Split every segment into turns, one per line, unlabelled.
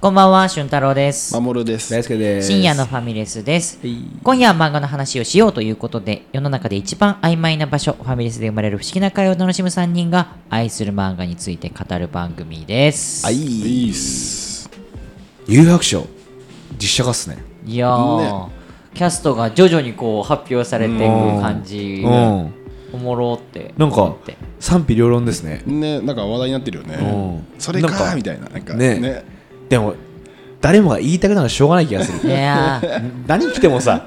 こんばんは、俊太郎です。
マモルです。
大輔です
深夜のファミレスです
はい。
今夜は漫画の話をしようということで、世の中で一番曖昧な場所、ファミレスで生まれる不思議な会を楽しむ3人が愛する漫画について語る番組です。
あいい
いいっす。
有白書実写化っすね
いやー、キャストが徐々にこう発表されていく感じ
う
が
ん
おもろって
なん
思
か
って。
賛否両論ですね
ね、なんか話題になってるよね
う。ん
それか
なんか
みたいな。なんか
ね
ね。
でも誰もが言いたくなるしょうがない気がす
い
る
やー
何来てもさ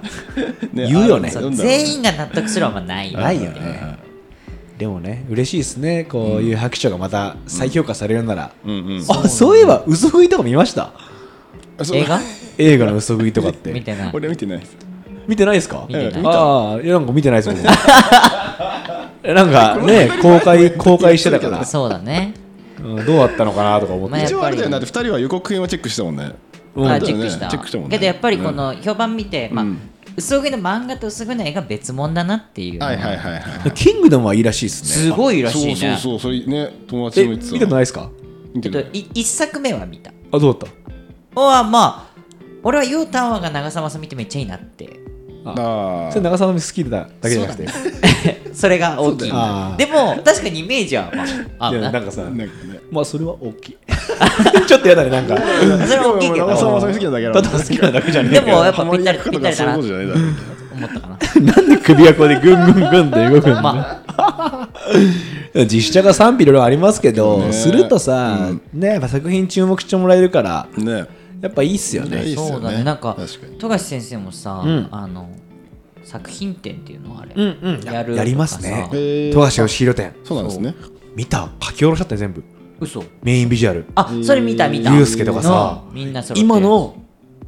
ね
言う よね
あ
そ
る
うん
だろう
全員が納得するはまあないよね
ないよねでもね嬉しいですねこういう白書がまた再評価されるなら、
うんうん。
あそういえば嘘食いとか見ました
あそう
映画
映画の嘘食いとかっ て
みたいな。
俺見てないです。
見てないですか
見てない
ああいやなんか見てないです 僕なんかね公開公開してたから、
そうだね。
うんどうだったのかなとか思って、
まやっぱり
一応あれだよね。だって二人は予告編はチェックしたもんね。
うん
あ
だ
チェ
よ
ッ
ね
クした
チェックしたもんね
けどやっぱりこ
うん
の評判見て、まあ
うん
薄食いの漫画と薄食いの絵が別物だなっていうの
はいはいはいはい。
キングダムはいいらしいですね
すごいらしいね
そうそうそう。それね、友達
え
も言
見
ってた
た
わ。
ことないですか
見て
ちょ
な
っと
い。
い一作目は見た
あどうだっ
はまあ俺はヨウタンワが長澤まさみってめっちゃいいなって
たあ
あー
それ長澤まさみ好きだだけじゃなくて、
それが大きい
そうだよね
でも確かにイメージはまああ
い
る
やな
なん
かさ
なんかね。
まあそれは大きい ちょっとやだね なんか
それは大きいけ
長澤まさみ
ど
好きなだけだも
た
ん
だ好きなだけじゃねえ
でもやっぱ
ハマ
ぴっ
り
たり
役
ぴ
と
った
か
り
そういう
だ
こと
な
じゃないだろ
思
う
ったかな
なんで首がこうでぐんぐんぐんって動くんだ、
ま
実写が賛否いろいろありますけど、
ね
するとさ、ねやっぱ作品注目してもらえるから
けど。ね。
やっぱいいっすよね
ねいいっすよ
そうだねなんか
確かに
富樫先生もさ
ん
あの作品展っていうのあれ
うんうん
やる
やります
とか
ね
さ
へー
富樫義弘展
そうなんですね。
見た書き下ろしちゃったよ全部
嘘
メインビジュアル
あそれ見た見た
ユウスケとかさ
のみんなそ
今の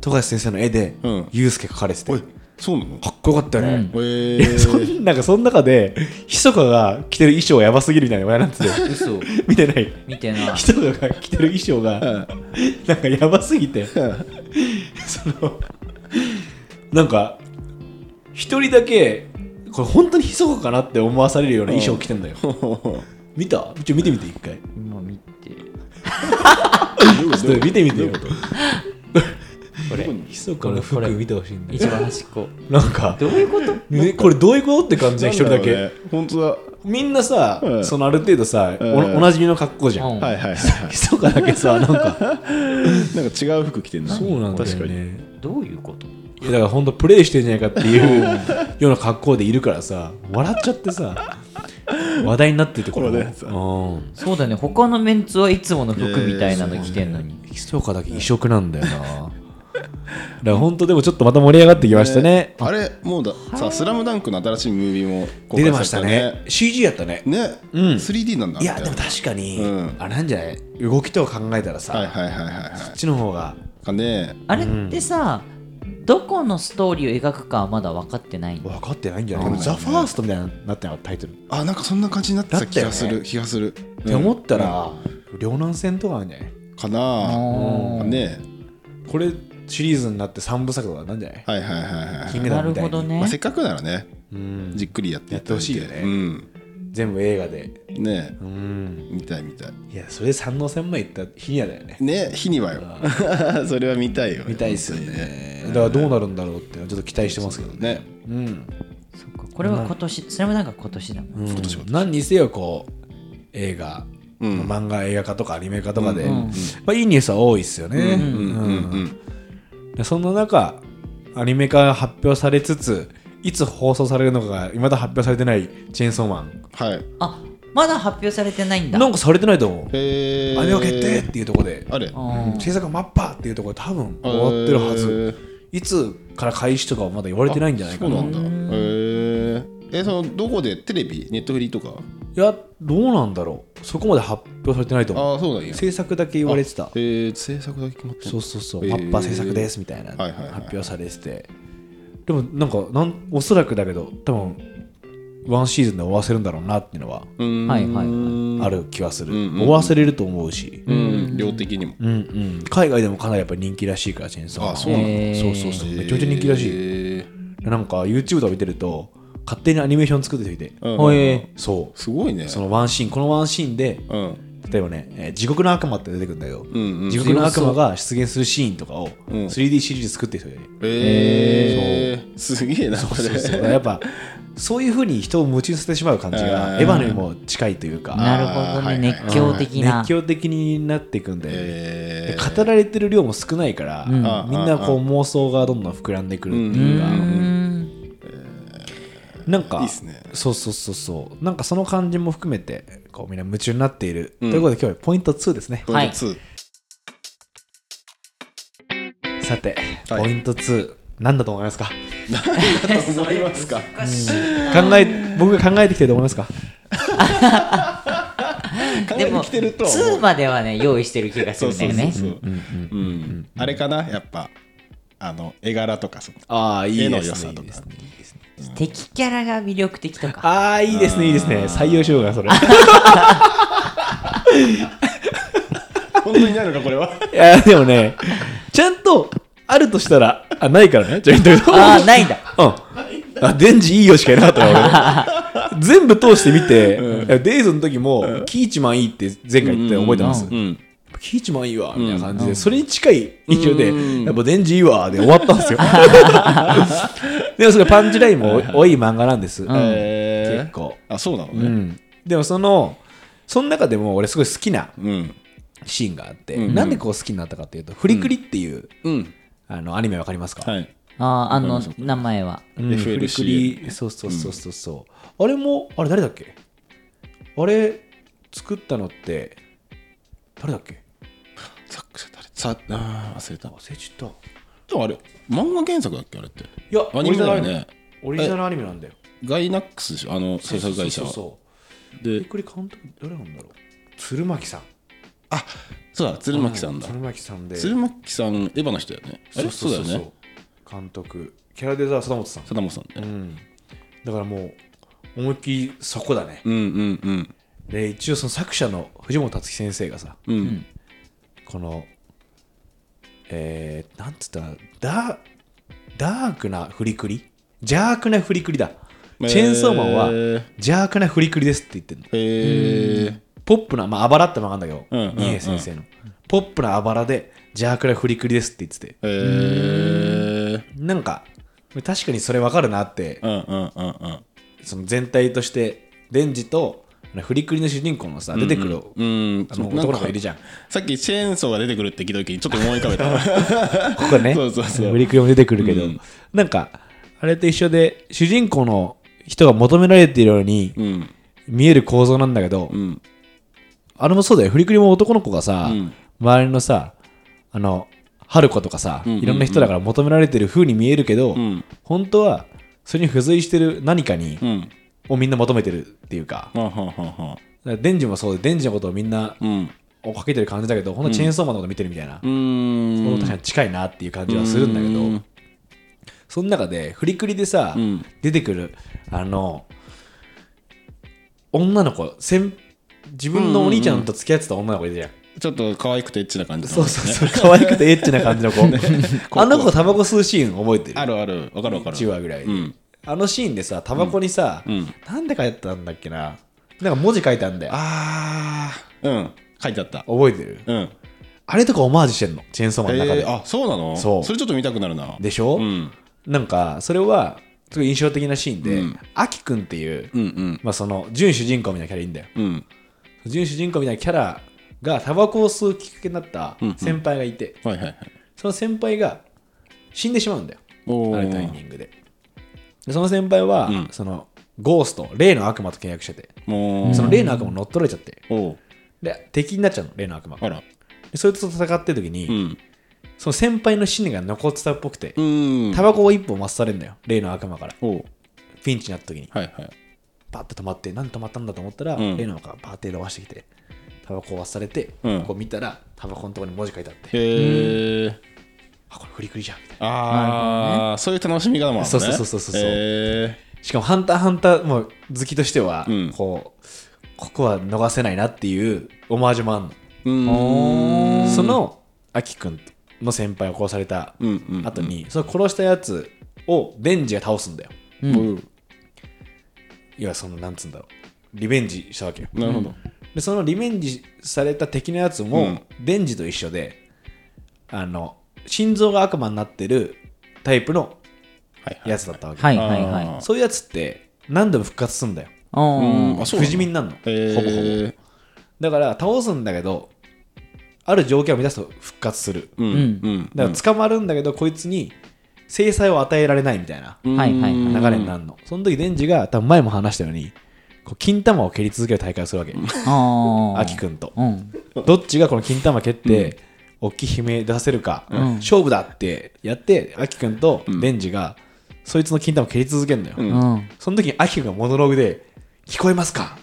富樫先生の絵で、
うん
ユウスケ描かれてて
おい、そうなの
かっこよかったよね、
うん
え
いやそ
ー。
んなんかその中でひそかが着てる衣装がやばすぎるみたいな話になってて
嘘
見てない
見てない
ひそかが着てる衣装が
うん
なんかやばすぎてそのなんか一人だけこれ本当にひそかかなって思わされるような衣装着てんだよ見たちょ見てみて一回
今見て
ちょっと見てみてよ これ
どこに
ひそかの
これ
服見てほしいんだ
一
よ
番端っこ
なんか
どういうこと
ねこれどういうことって感じで一人だ
なん
け
ろうね。本当だ。
みんなさ、
うん
そのある程度さ、お
うん
おなじみの格好じゃん、
うん
はいはいはい。
ひそかだけさなんか
なんか違う服着てんな。
そうなんだよ
確かに。
ね
どういうこと
いやだから本当プレイしてんじゃないかっていうような格好でいるからさ笑っちゃってさ話題になっててこれ
話
も
題になってた
う
そうだね他のメンツはいつもの服みたいなの着てんのに
んひそかだけ異色なんだよなだから本当でもちょっとまた盛り上がってきましたね、
あれもうださスラムダンクの新しいムービーも公
出て
開
まし
さ
た
れ
ね CG やったね
ね
うん
3D なんだ
いやでも確かに、
うん
あれなんじゃない動きとか考えたらさ、
はいはいはいはい
そっ
は
ちの方が
いかね
あれってさどこのストーリーを描くかはまだ分かってないんだ
分かってないんじゃない、
うん
でもザ・ファーストみたいになってなかったタイトル、っ
あなんかそんな感じになって
だ
た
った
気
よ
が
ね
する気がするって
思ったら、両南戦とかなんじゃない
かな
おー
ね
これシリーズになって3部作とかなんじゃない、
はいはいはいはい
金メダ
なる
ルみたい
ほ
に
どね
まあせっかくならね
うん
じっくりやってただて
やってほしいよね
うん
全部映画で
ね
うん
見たい見たい
いやそれで三能戦まで行った日にやだよね
ね日にはよ それは見たいよ
見たいっすよねだからどうなるんだろうってちょっと期待してますけどね
ね
うん、
そっかこれは今年スラムダンクは今年だもん
うん、何にせよこう映画、
うん
まあ漫画映画化とかアニメ化とかで、
うんうん
まあ、いいニュースは多いっすよね、
うんうんうん
でそんな中アニメ化が発表されつついつ放送されるのかがいまだ発表されてないチェーンソーマン
はい
あまだ発表されてないんだ
なんかされてないと思う
えー
アニメ化決定っていうところで
あれ
うん
制作マッパーっていうところで多分終わってるはず、いつから開始とかはまだ言われてないんじゃないかな
そうなんだへええそのどこでテレビネットフリとか
いやどうなんだろうそこまで発表されてないと思
ああそうなん
う
や
制作だけ言われてた
えー、制作だけ決まってん
そ
の
うそうそう、
へー
マッパー制作ですみたいな
はいはい
発
はい
表されてて、でもなんかなんおそらくだけど多分ワンシーズンで終わらせるんだろうなっていうのは
うーん
はいはいはい
ある気はする、
うんうんうん
終わらせれると思うし、
うん量的にも
うんうん、海外でもかなりやっぱり人気らしいからチェーンソーマン
あそうなんだ
へー
そうそうそうめちゃめちゃ人気らしい、
い
なんか YouTube とか見てると勝手にアニメーション作ってる人いて、
うん
ほえ
そ
すごいね
うそのワンシーンこのワンシーンで
うん
例えばね、えー地獄の悪魔って出てくるんだよ、
うんうん
地獄の悪魔が出現するシーンとかを
うん
3D シリーズ作ってる人がいる
えー、すげえなこれ
そうそうだからやっぱそういうふうに人を夢中にさせてしまう感じがエヴァにも近いというか
なるほど
あーは
ね
い
熱狂的な
熱狂的になっていくんだよね、
え
で語られてる量も少ないから、
うん
あ
みんなこう妄想がどんどん膨らんでくるって
う
いうか、
ん
なんか
いいっすね
そうそうそうそうなんかその感じも含めてこうみんな夢中になっている、
うん
ということで今日はポイント2ですね、
ポイント2
さて、
はい
ポイント2なんだと思いますか
何だと思いますか
考え僕が考えてきてると思いますか
考
で
えて
も
きてると
2まではね用意してる気がす
そう
るんだ
そう
よ
そう
ね
そううんあれかなやっぱあの絵柄とかその
ああい
絵
い
の
で
良
す
さ
ねい
と
いで
か
すねいいですね
敵キャラが魅力的とか
ああいいですねいいですね採用しようかそれ
本当になるのかこれはい
やでもねちゃんとあるとしたらあないからねじゃあ言っとくと
ああないんだ
うん。あ、デンジいいよしかいなかったから 俺全部通してみて、デイズの時も、キーチマンいいって前回言って覚えてます。
うん
キーチマンいいわ、みたいな感じで、それに近い勢いで、やっぱデンジいいわ、で終わったんで すよ。でもそれパンチラインも多い漫画なんです。
えー
結構。
あそうなの
う
ね
ん。でもその、その中でも俺すごい好きな
うん
シーンがあって、
うん
なんでこう好きになったかっていうと、フリクリっていう、
うん
あのアニメわかりますか、
はい
あーあの名前は
うん、
FLCL
フリクリそうそうそうそうそう、あれもあれ誰だっけあれ作ったのって誰だっけ
作者誰さあー忘れた
忘れちゃったい
でもあれ漫画原作だっけあれって
や
アニメだよ
オリジナルアニメ
ね
オリジナルアニメなんだよ
ガイナックスでしょあの制作会社
そうそう
は
そうフリ
で
クリ監督誰なんだろう鶴巻さん
あそうだ鶴巻さんだ
鶴巻さんで
鶴巻さんエヴァの人だよねあれそうだよね
監督キャラデザー貞本さん
貞本さん
う
ね
んだからもう思いっきりそこだね
うんうんうん
で一応その作者の藤本達樹先生がさ
うん
このえー、なんつったらダーダークなフリクリ邪悪なフリクリだ、チェーンソーマン
え
は
ー
邪悪なフリクリですって言ってるの
へえ
ポップなまああばらって曲がんだけど
うんうんうん
二平先生のポップなあばらで邪悪なフリクリですって言ってて
へえ
なんか確かにそれわかるなって
うんうんうんうん
その全体としてデンジとフリクリの主人公のさ出てくる
うん
あ
なん
の
か
男の子がいるじゃん
さっきチェーンソーが出てくるって聞いた時にちょっと思い浮かべ た
ここね。
そうそうそう
無理くりも出てくるけど、
うん
なんか、あれと一緒で、主人公の人が求められているように
うん
見える構造なんだけど、
うん
あれもそうだよ。フリクリも男の子がさ、
うん
周りのさ、あの、春子とかさ、
うんうんうん
いろんな人だから求められてる風に見えるけど、
うん
本当は、それに付随してる何かに、
うん
をみんな求めてるっていうか、だか
はははは
らデンジもそうで、デンジのことをみんな
うん
追っかけてる感じだけど、ほんとチェーンソーマンのこと見てるみたいな
う、ーん
確かに近いなっていう感じはするんだけど、
うん
その中でフリクリでさ、
うん
出てくるあの女の子先自分のお兄ちゃんと付き合ってた女の子いるじゃん、
ちょっと可愛くてエッチな感じだ
そ
もん
う
ね
そうそう可愛くてエッチな感じ の子 あの子タバコ吸うシーン覚えてる
あるあるわかるわかる
1話ぐらいで、
うん
あのシーンでさタバコにさ、
うん
なんで書いてたんだっけななんか文字書いてあんだよ
ああうん書いてあった
覚えてる
うん
あれとかオマージュしてんのチェーンソーマンの中で、
えーあそうなの
そう
それちょっと見たくなるな
でしょ、
うん
なんかそれはすごい印象的なシーンで、
うん
アキくんっていう、
うんうん
まあ、その準主人公みたいなキャラいいんだよ
うん
準主人公みたいなキャラがタバコを吸うきっかけになった
うんうん
先輩がいて、
はいはいはい
その先輩が死んでしまうんだよあ
おー
るタイミングででその先輩は、
ん
そのゴースト霊の悪魔と契約してて
もう
その霊の悪魔に乗っ取られちゃって
おう
で敵になっちゃうの霊の悪魔が
あら
でそいつと戦ってる時に、
うん
その先輩の信念が残ってたっぽくて、
うん
タバコを一本抹されるんだよ霊の悪魔から
おう
ピンチになった時に
はいはい
パッと止まって何で止まったんだと思ったら、
うん
例のがパーって伸ばしてきてタバコを忘れて、
うん
こう見たらタバコのところに文字書いてあって
へえ
あこれフリクリじゃんみたいな
ああそういう楽しみ方もあるのね
そうそうそうそうそう
へ
しかも「ハンターハンター」も好きとしては、
うん
こうここは逃せないなっていうオマージュもある
ーうん
の、そのアキくんの先輩を殺された
うんうん
後に、その殺したやつをデンジが倒すんだよ
うん
いやそのなんつうんだろうリベンジしたわけよ
なるほど
でそのリベンジされた敵のやつも、デンジと一緒であの心臓が悪魔になってるタイプの
はいはい
やつだったわけ、
はいはいは
あ
い
ー
そういうやつって何度も復活すんだよ
うん
あそう
不
なの
死身になるの、
えー
ほぼほぼだから倒すんだけどある条件を満たすと復活する
うん
うん
うん
だから捕まるんだけど、こいつに制裁を与えられないみたいな
うん
はいはい
流れになるの、その時デンジが多分前も話したようにこう金玉を蹴り続ける大会をするわけ
あー
アキ君と
うん
どっちがこの金玉蹴って、大きい悲鳴出せるか、
ん
勝負だってやってアキ君とデンジが、そいつの金玉を蹴り続けるのよ、
ん
うん
その時にアキ君がモノローグで「聞こえま すか? 」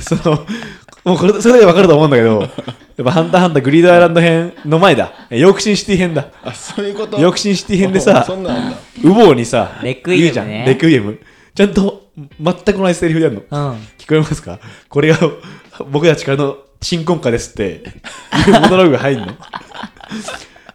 そのもうこれそれだけで分かると思うんだけどやっぱ「ハンターハンターグリードアイランド編」の前だえヨークシンシティ編だ
あそういうこと
ヨークシンシティ編でさ
そんなんだ
ウボウにさ
レクイエムね
言うじゃんレクイエムちゃんと全く同じセリフでやるの、
うん
聞こえますかこれが僕たちからの新婚歌ですっていうモノローグが入るの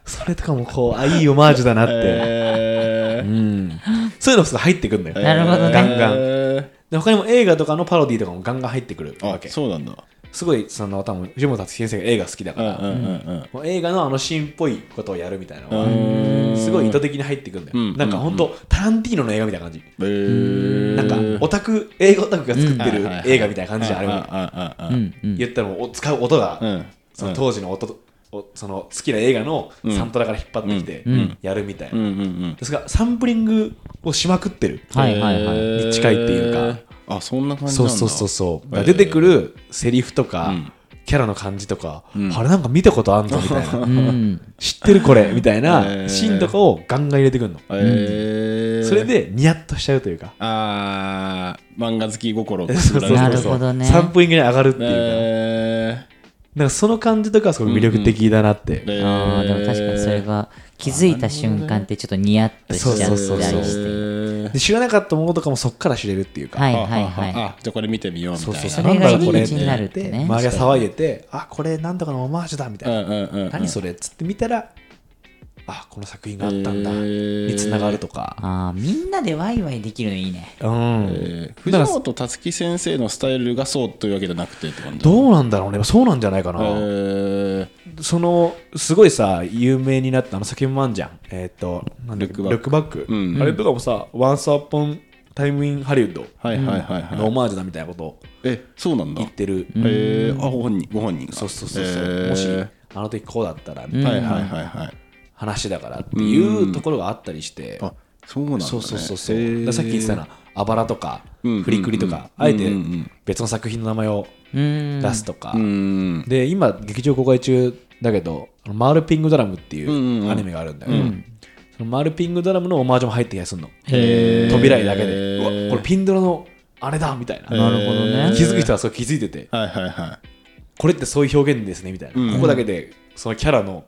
それとかもこうあいいオマージュだなって、
えー
うんそういうのが入ってくるんだよ、
なるほどね
ガンガン
え
で他にも映画とかのパロディとかもガンガン入ってくる
ー
わ
あ
け
そうなんだ
すごいその多分藤本達樹先生が映画好きだか
うん
ら、
うんうん
もう映画のあのシーンっぽいことをやるみたいな
う
のが
ん
すごい意図的に入ってくるんだよ、
うん
なんか本当、タランティーノの映画みたいな感じ、
えー
なんかオタク映画オタクが作ってる映画みたいな感じじゃんあれ
うん
も
あ
う
れ
んうん
言ったらもうお使う音が、
うん
その当時の音とおその好きな映画のサントラから引っ張ってきて
ん
やるみたいな、
うんうんうん
ですがサンプリングをしまくってる、
はいはいはい
えー
近いっていうか
あそんな感じ
そ
なんだ
うそうそうそう、
えー
出てくるセリフとか、
うん
キャラの感じとか、あれなんか見たことあんぞみたいな、
うん
知ってるこれみたい
え
な
ー
シーンとかをガンガン入れてくるの、
えー
それでニヤッとしちゃうというか、
あー漫画好き心
そうそう そう
なるほどね
サンプリングに上がるっていうか、
え
なんかその感じとかすごい魅力的だなって、
ーえー
あーでも確かにそれが気づいた瞬間ってちょっとニヤッとしちゃったり
そうそうそう
して
えー
で知らなかったものとかもそっから知れるっていうか、
はい
あ
はい
あ
は
あじゃあこれ見てみようみたい
そう
な
そうそう
それが
なんだこれ
入り口になるってね
周りが騒いでてあこれなんとかのオマージュだみたいな、
うんうんうん
何それっつって見たらあこの作品があったんだ、
へー
につながるとか
いああみんなでワイワイできるのいいね
うん、
えー藤本たつき先生のスタイルがそうというわけじゃなくてって感じ
どうなんだろうねそうなんじゃないかな、
えー
そのすごいさ有名になったあの作品もあんじゃんえっ、となんだ
ルックバック
ルックバック、
うん
あれとかもさ「Once Upon Time in Hollywood
はいはいはい」はい、
のオマージュだみたいなことを
えそうなんだ
言ってる、
えー、あご本人ご本人が
そうそうそうそう、
えー
もしあの時こうだったらみたいな
はいはいはいはい
話だからっていうところがあったりして、
あそうなんだ、ね、
そうそうそうそう、
え
だ
ー
からさっき言ってたなあばらとか、
うん
フリクリとか、
うん
あえて
うんうん
別の作品の名前を
うん
出すとか、
うん
で今劇場公開中だけど「あのマールピングドラム」ってい
んうんう
うんアニメがあるんだけど、そのマールピングドラムのオマージュも入ってきたりするの
へー
扉絵だけでうわこれピンドラのあれだみたいな、
なるほどね
気づく人はそう気づいてて
はいはいはい
これってそういう表現ですねみたいな、
うん
ここだけでそのキャラの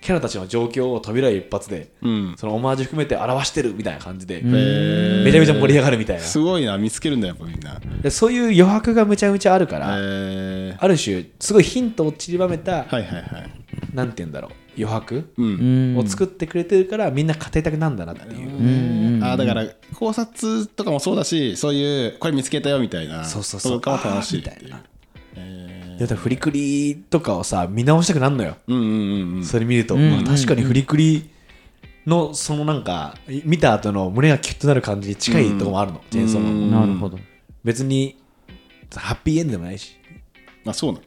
キャラたちの状況を扉絵一発で
うん
そのオマージュ含めて表してるみたいな感じで、
えー
めちゃめちゃ盛り上がるみたいな、
すごいな見つけるんだやっぱみんな
でそういう余白がむちゃむちゃあるから、
えー
ある種すごいヒントを散りばめ
はい
た、
はいはい
なんて言うんだろう余白
う
うんん
を作ってくれてるから、みんな語りたくなんだなっていう、
あーだから考察とかもそうだしそういうこれ見つけたよみたいな
そうそうそう
とかも楽しいって
あー
い
み
う
たいなでだからフリクリとかをさ見直したくなんのよ、
うんうんうん
それ見ると、
ん
まあ確かにフリクリのそのなんかい見た後の胸がキュッとなる感じに近いとこもあるの、ジェーンソーマンも
うん
なるほど
別にハッピーエンドでもないし
あそうなの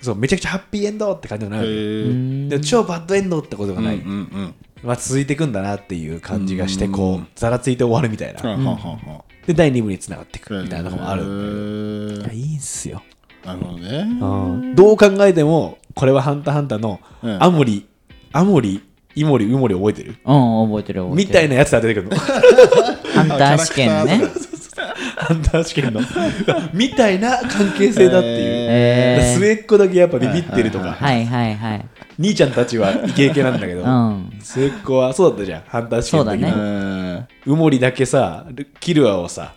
そうめちゃくちゃハッピーエンドって感じでもないわけよ、
う
へえ
ん
でも超バッドエンドってことが
うんう
ない、
ん
まあ、続いていくんだなっていう感じがしてこうざらついて終わるみたい
うんは
な、
んはんはんはん
で第2部につながっていくみたいなのもあるんだよ
ん
いやいいんすよ、
なるほどね
どう考えてもこれは「ハンターハンター」の
うん
アモリ、アモリイモリウモリ覚えてる
うん覚えてる覚えてる
みたいなやつが出てくる の
ハンター試験のね
キャラク
ハンター試験の みたいな関係性だっていう、
へー
だから末っ子だけやっぱビビってるとか、
はいはいはい
兄ちゃんたちはイケイケなんだけど、
うん
末っ子はそうだったじゃんハンター試験の時
そうだね
も
うん
ウモリだけさルキルアをさ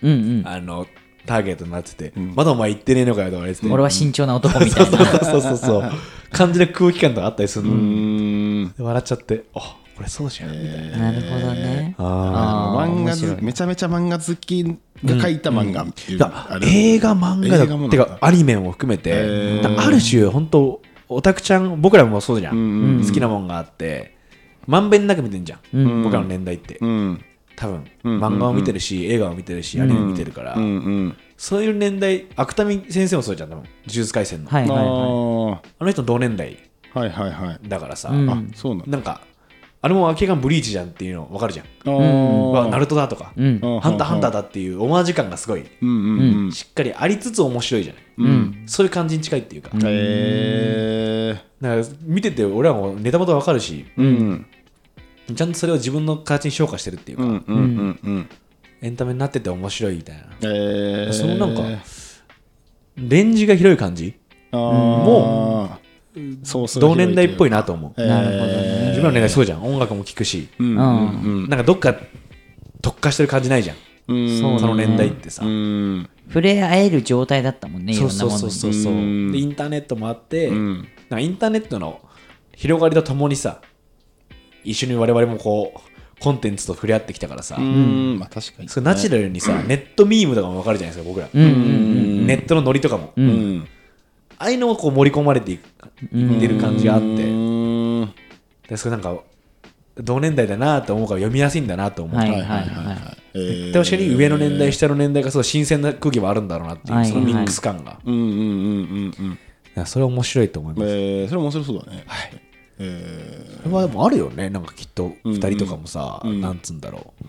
うんうん
あのターゲットになってて、まだお前行ってねえのかよとか言ってて
俺は慎重な男みたいな
そうそうそうそうそう感じの空気感とかあったりするの
うん
で笑っちゃってあここれそうじゃん、みたいな
え
なるほどね。
あ
あ
あー
の漫画
面白い
ずめちゃめちゃ漫画好きが描いた漫画っていう、
だ
あれ
映画漫画
映
だ
画もなんだ
ってかアニメも含めて、
へー
だある種本当オタクちゃん僕らもそうじゃ
う
ん、
ん
うん
好きなもんがあってまんべんなく見てんじゃん、
うん
僕らの年代って、
うん
多分、
うん
漫画を見てるし映画を見てるし、アニメ見てるから、
うんうん
そういう年代芥見先生もそうじゃん多分「呪術廻戦の」
はい
あ
はいは
ー
あの人の同年代
はいはいはい
だからさ、
うん
あそうなんだ
なんかあれも明けがブリーチじゃんっていうの分かるじゃん、
あ
ん
わナ
る
ルトだとか、
い。うん。
うん
ハンター
うん
ハンターだっていうオマージュ感がすごい
うんうん
しっかりありつつ面白いじゃない、
うんうん
そういう感じに近いっていうか,、
ん
へえ
なんか見てて俺はもうネタ元わかるし
うん
ちゃんとそれを自分の形に昇華してるっていう
う
か、
んうんうんうん
エンタメになってて面白いみたいな、
へえ
そのなんかレンジが広い感じ
もうそうそう
同年代っぽい
な
なと思う、
なるほどね
自分らの年代そうじゃん音楽も聴くし、
うんうん
なんかどっか特化してる感じないじゃん、
うん
そう
その年代ってさ、
うん
触れ合える状態だったもんね、いろ
そ
ん
う
な
そ
もの
う
に。
そうそ
いろ
う
んなものに
でインターネットもあって、
うん
なんかインターネットの広がりとともにさ一緒に我々もこうコンテンツと触れ合ってきたからさ、
うんまあ確かに
それナチュラルにさ、ネットミームとかも分かるじゃないですか僕ら、
うんうんうん。
ネットのノリとかも、
う
うんん
ああいうのもこう盛り込まれていく出る感じがあって、
うん
でそれなんか同年代だなと思うから読みやすいんだなと思う、
はいは
はいい
は
はいい
は。
はいいへー
確かに上の年代下の年代がそう新鮮な空気はあるんだろうなっていう、
はい
そのミックス感が、
うんうんうんうんうん
いやそれは面白いと思います、
えーそれ面白そうだね
はい
えー
それはでもあるよねなんかきっと2人とかもさ、なんつうんだろう、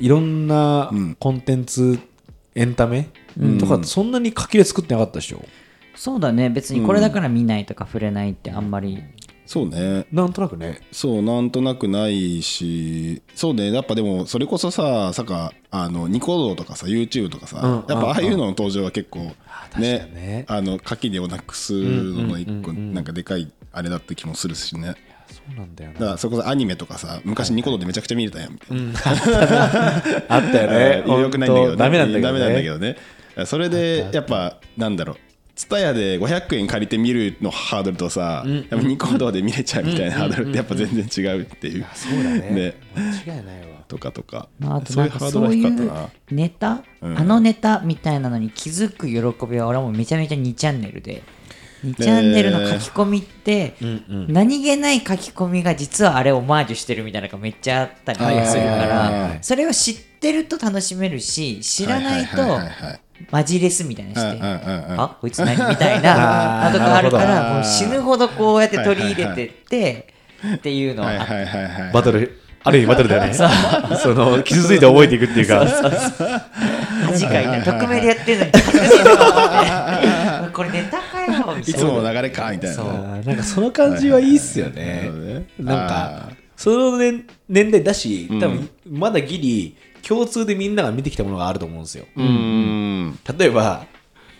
いろんなコンテンツエンタメとかそんなに書きで作ってなかったでしょ、
そうだね、別にこれだから見ないとか触れないってあんまり。
そうね
なんとなくね
そうなんとなくないしそうねやっぱでもそれこそささかあのニコ動とかさ YouTube とかさ、
ん
やっぱああいうのの登場は結構
あ確かにね
あの垣根をなくすのの一個なんかでかいあれだって気もするしね
そうなんだよ
だからそれこそアニメとかさ昔ニコ動でめちゃくちゃ見れたやんみたいな、
あったよね
よくないんだけど、ね、
ダメなんだけど、ね、
ダメなんだけどねそれでやっぱなんだろう TSUTAYA で500円借りて見るのハードルとさ、やっぱニコ動で見れちゃうみたいなハードルってやっぱ全然違うっていう、
そうだね
ね
間違いないわ
とかとか、
まあ、あと
そう
ないんか
うハードル
そ
は
う
低
い
かった
う
な。
ネタ、
うん
あのネタみたいなのに気づく喜びは俺はもうめちゃめちゃ2チャンネルで2チャンネルの書き込みって、何気ない書き込みが実はあれオマージュしてるみたいなのがめっちゃあったりとかするか
はいはいはいは
ら
い
それを知ってると楽しめるし知らないと
はいはいはいはい
マジレスみたいにして
うんうんうんうん
あこいつ何 みたいな
あー
あとかあるか
なる
らもう死ぬほどこうやって取り入れてってっていうのは
は
あ
い
っ
はいはいはい。
バトルある意味バトルだよね その傷ついて覚えていくっていうか
恥かいない匿名でやってるのに恥ずかしいなと思って これネタかよみた
い
い
つ
な
もの流れかみたい
そ
な。
う
は
なんかその感じはいいっすよ
い
ね
なるほどね
なん
あ
か
ー
その年年代だし多分まだギリ共通でみんなが見てきたものがあると思うんですよ
うん。
例えば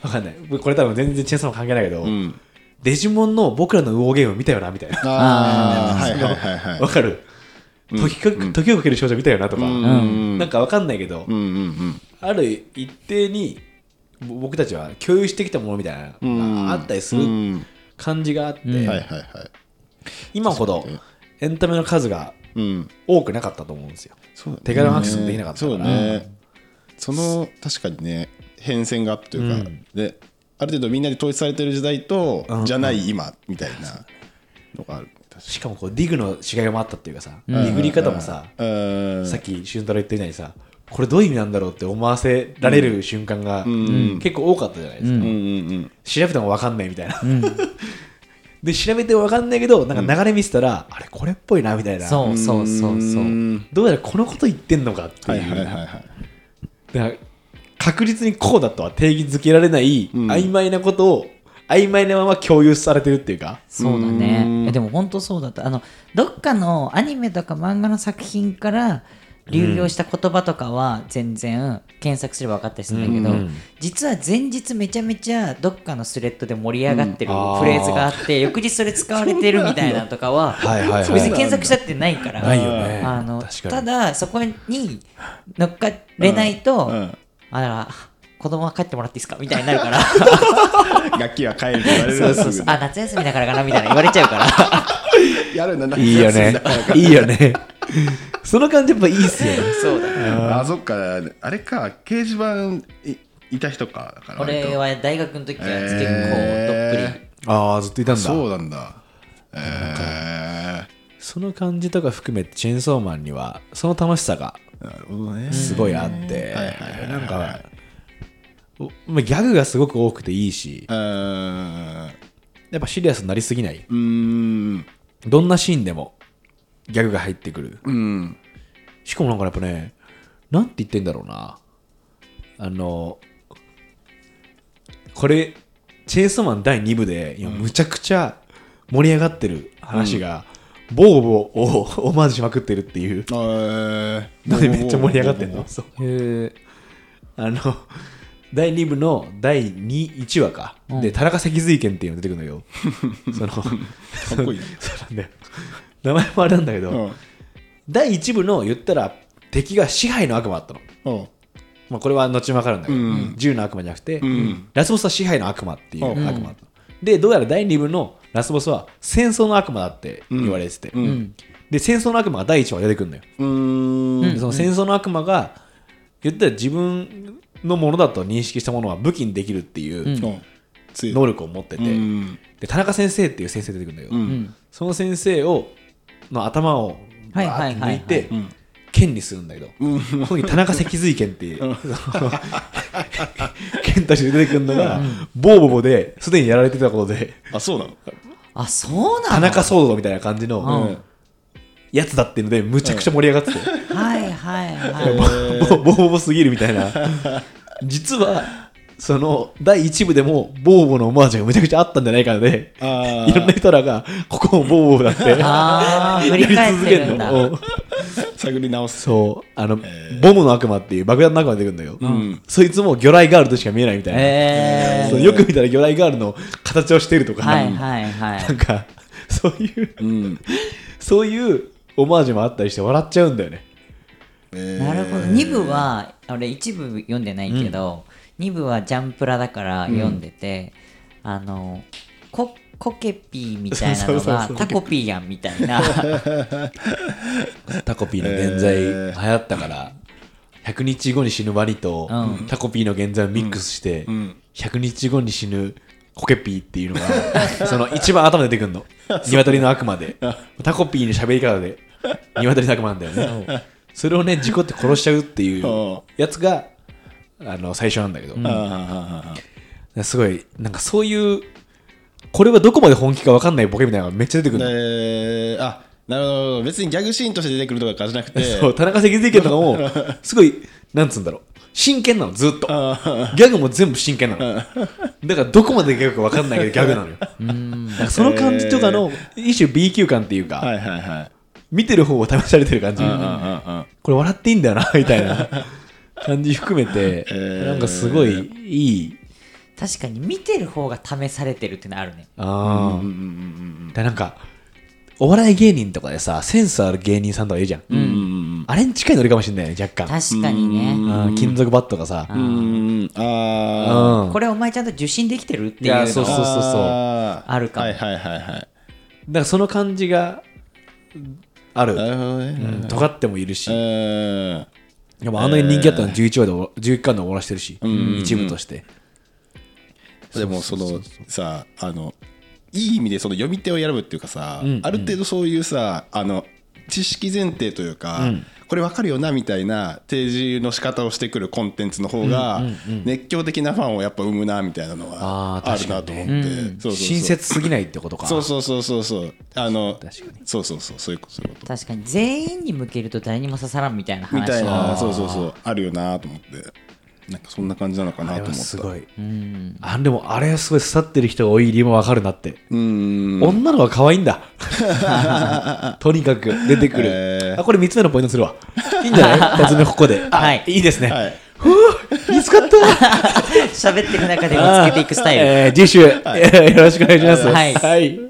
わかんないこれ多分全然チェンソーも関係ないけど
ん
デジモンの僕らのウォーゲーム見たよなみたいな
ああ、はいはいはいはい。
わかる時か時をかける少女見たよなとか
うんん。
なんかわかんないけど
うんうん
ある一定にぼ僕たちは共有してきたものみたいなのがあったりす
うん。う
る
ん。
感じがあって
はいはいはい。
今ほどエンタメの数が
うん。
多くなかったと思うんですよ
そうだね
手軽なアクセスできなかったか
そ
ら
うね。その確かにね、変遷があったというか、で、ある程度みんなに統一されてる時代と、じゃない今みたいなのがある。確
しかもこうディグの違いもあったっていうかさ、ディグり方もさ、
かにうん。
さっき俊太郎言ったみたいにさこれどういう意味なんだろうって思わせられる瞬間が結構多かったじゃないですか、
うんうんうん。
調べても分かんないみたいな、 で調べても分かんないけどなんか流れ見せたら、あれこれっぽいなみたいな
そうそうそうそう
どうやらこのこと言ってんのかって
はい
いう、
はいはいはい。
だから確実にこうだとは定義づけられない、
ん
曖昧なことを曖昧なまま共有されてるっていうか
そうだ
う
ね
ん
えでも本当そうだったあのどっかのアニメとか漫画の作品から流用した言葉とかは全然検索すれば分かったりするんだけど、
うん
実は前日めちゃめちゃどっかのスレッドで盛り上がってる
うんあー
フレーズがあって、翌日それ使われてるみたいなのとかは
はい はいはい
別に検索したってないから
ないよね
あの
確かに
ただそこに乗っかれないと、
うん
あら子供は帰ってもらっていいですかみたいになるから
楽器は帰るって言われる
そ
の
うそ
す
う
ぐ
そうあ夏休みだからかなみたいな言われちゃうから
やるな夏
いいよ
休 み
ね
だからか
いいよね その感じやっぱいいっすよね
そうだね
あそっかあれか掲示板いいた人かだから割と
俺は大学の時は結構どっぷり
え
ああずっといたんだ
そうなんだえ
その感じとか含めてチェーンソーマンにはその楽しさが
ーなるほどね
すごいあって
はいはいはいはい
なんかおまあギャグがすごく多くていいし
うーん
やっぱシリアスになりすぎないう
ーん
どんなシーンでもギャグが入ってくる
うん
しかもなんかやっぱねなんて言ってんだろうなあのこれチェーンソーマン第2部で今むちゃくちゃ盛り上がってる話が、ボーボーを オマージュしまくってるっていう
えー
のでめっちゃ盛り上がってん
お
の
ー
そうえーあの第2部の第1話か、で田中脊髄剣っていうのが出て くるんだけどそのか
っこいいね
そうなんだよ名前もあれなんだけど、
うん
第1部の言ったら敵が支配の悪魔だったの、
うん
まあ、これは後に分かるんだけど、
うん
銃の悪魔じゃなくて、
ん
ラスボスは支配の悪魔っていう
う
悪
ん
魔だったの、でどうやら第2部のラスボスは戦争の悪魔だって言われてて、
うん
うん
で戦争の悪魔が第1話に出てくるんだよ、
うーん
でその戦争の悪魔が言ったら自分のものだと認識したものは武器にできるっていう
うん
うん強い
能力を持ってて、
うん
で田中先生っていう先生出てくるんだけど、
うん
うん
その先生をの頭をバーっ
はいは
て抜い
いはい
て
ん
剣にするんだけど、
うん
この時田中脊髄剣っていう、 剣として出てくるのが、ボーボボですでにやられてたことで、
あそうなの
あそうな
田
の
中騒動みたいな感じ
う
の
ん
やつだっていうので、むちゃくちゃ盛り上がってて、
はいはいは
ボーボボボすぎるみたいな。実は、その第1部でもボーボのオマージュがむちゃくちゃあったんじゃないかので、
あ
いろんな人らが、ここもボーボだって、
いああ 振り返ってるんだ
やり続けるの。うん
探り直す
そう、あの、ボムの悪魔っていう爆弾の悪魔が出てくるんだよ。
ん
そいつも魚雷ガールとしか見えないみたいな。
え
そうよく見たら魚雷ガールの形をしていると
ー、
か、
はいはいはい
なんか、そういう、
うん
そういうオマージュもあったりして笑っちゃうんだよね。
なるほど2部は俺1部読んでないけど、2部はジャンプラだから読んでて、あのこコケピーみたいなの
そうそう
が
そう
タコピーやんみたい な
タコピーの現在流行ったから、100日後に死ぬワニと、
う
タコピーの現在をミックスして、
ん
100日後に死ぬコケピーっていうの が、その一番頭に出てく るの。鶏の悪魔で。タコピーの喋り方で、鶏の悪魔なんだよね。それをね、事故って殺しちゃうっていうやつが、あの、最初なんだけど。
あ
すごい、なんかそういう、これはどこまで本気か分かんないボケみたいなのがめっちゃ出てく
ー
るの。
えーあなるほど別にギャグシーンとして出てくるとかじゃなくて
そう、田中関税権とかも、 すごい、なんつうんだろう。真剣なの、ずっと。ギャグも全部真剣 なの。だから、どこまでギャグか分かんないけど、ギャグなのよ。なんかその感じとかの、一種 B 級感っていうか、
はいはいはい
見てる方を試されてる感じ。
うんうん
これ笑っていいんだよな、みた いな感じ含めて、なんかすごいいい。
確かに見てる方が試されてるってのあるね
ああ
うんうん
でなんか、お笑い芸人とかでさ、センスある芸人さんとかいるじゃん。
うんうん
あれに近いノリかもしれないね、若干。
確かにね
うん金属バットがさ。
うんうんあ
うん
これお前ちゃんと受信できてるって
い
いうの
やそう
あ
そうそうそう
あー
あるかも
はいはいはいはい
だからその感じがある。
なるほど
う
ね
ん尖ってもいるし。
え
でもあんなに人気あったの11話で終わ、11巻で終わらせてるし、一部として。
ーでもそのさあのいい意味でその読み手を選ぶっていうかさある程度そういうさあの知識前提というかこれわかるよなみたいな提示の仕方をしてくるコンテンツの方が熱狂的なファンをやっぱ生むなみたいなの
あ
は
ー
あ
確
る
か
な
に
と
ね
思ってそうそうそう
親切すぎないってことか。
そうそうそうそうそうあの
確か
そうそうそうそういうことそういうこと
確かに全員に向けると誰にも刺さらんみたいな話
みたい
は
なそうそうそうあるよなと思ってなんかそんな感じなのかな
あ
と
れ
思
は
っ
す
た
ごい。
うん
あでもあれはすごい刺さってる人が多い理由もわかるなって。
うーん
女の子は可愛い んだ。とにかく出てくる。
えー
あこれ3つ目のポイントするわ。いいんじゃない ?2 つ目ここで。あ
はい
いいですね。
はい
見つかった
喋ってる中で見つけていくスタイル
えー次週、えーよろしくお願いします。
はい
はい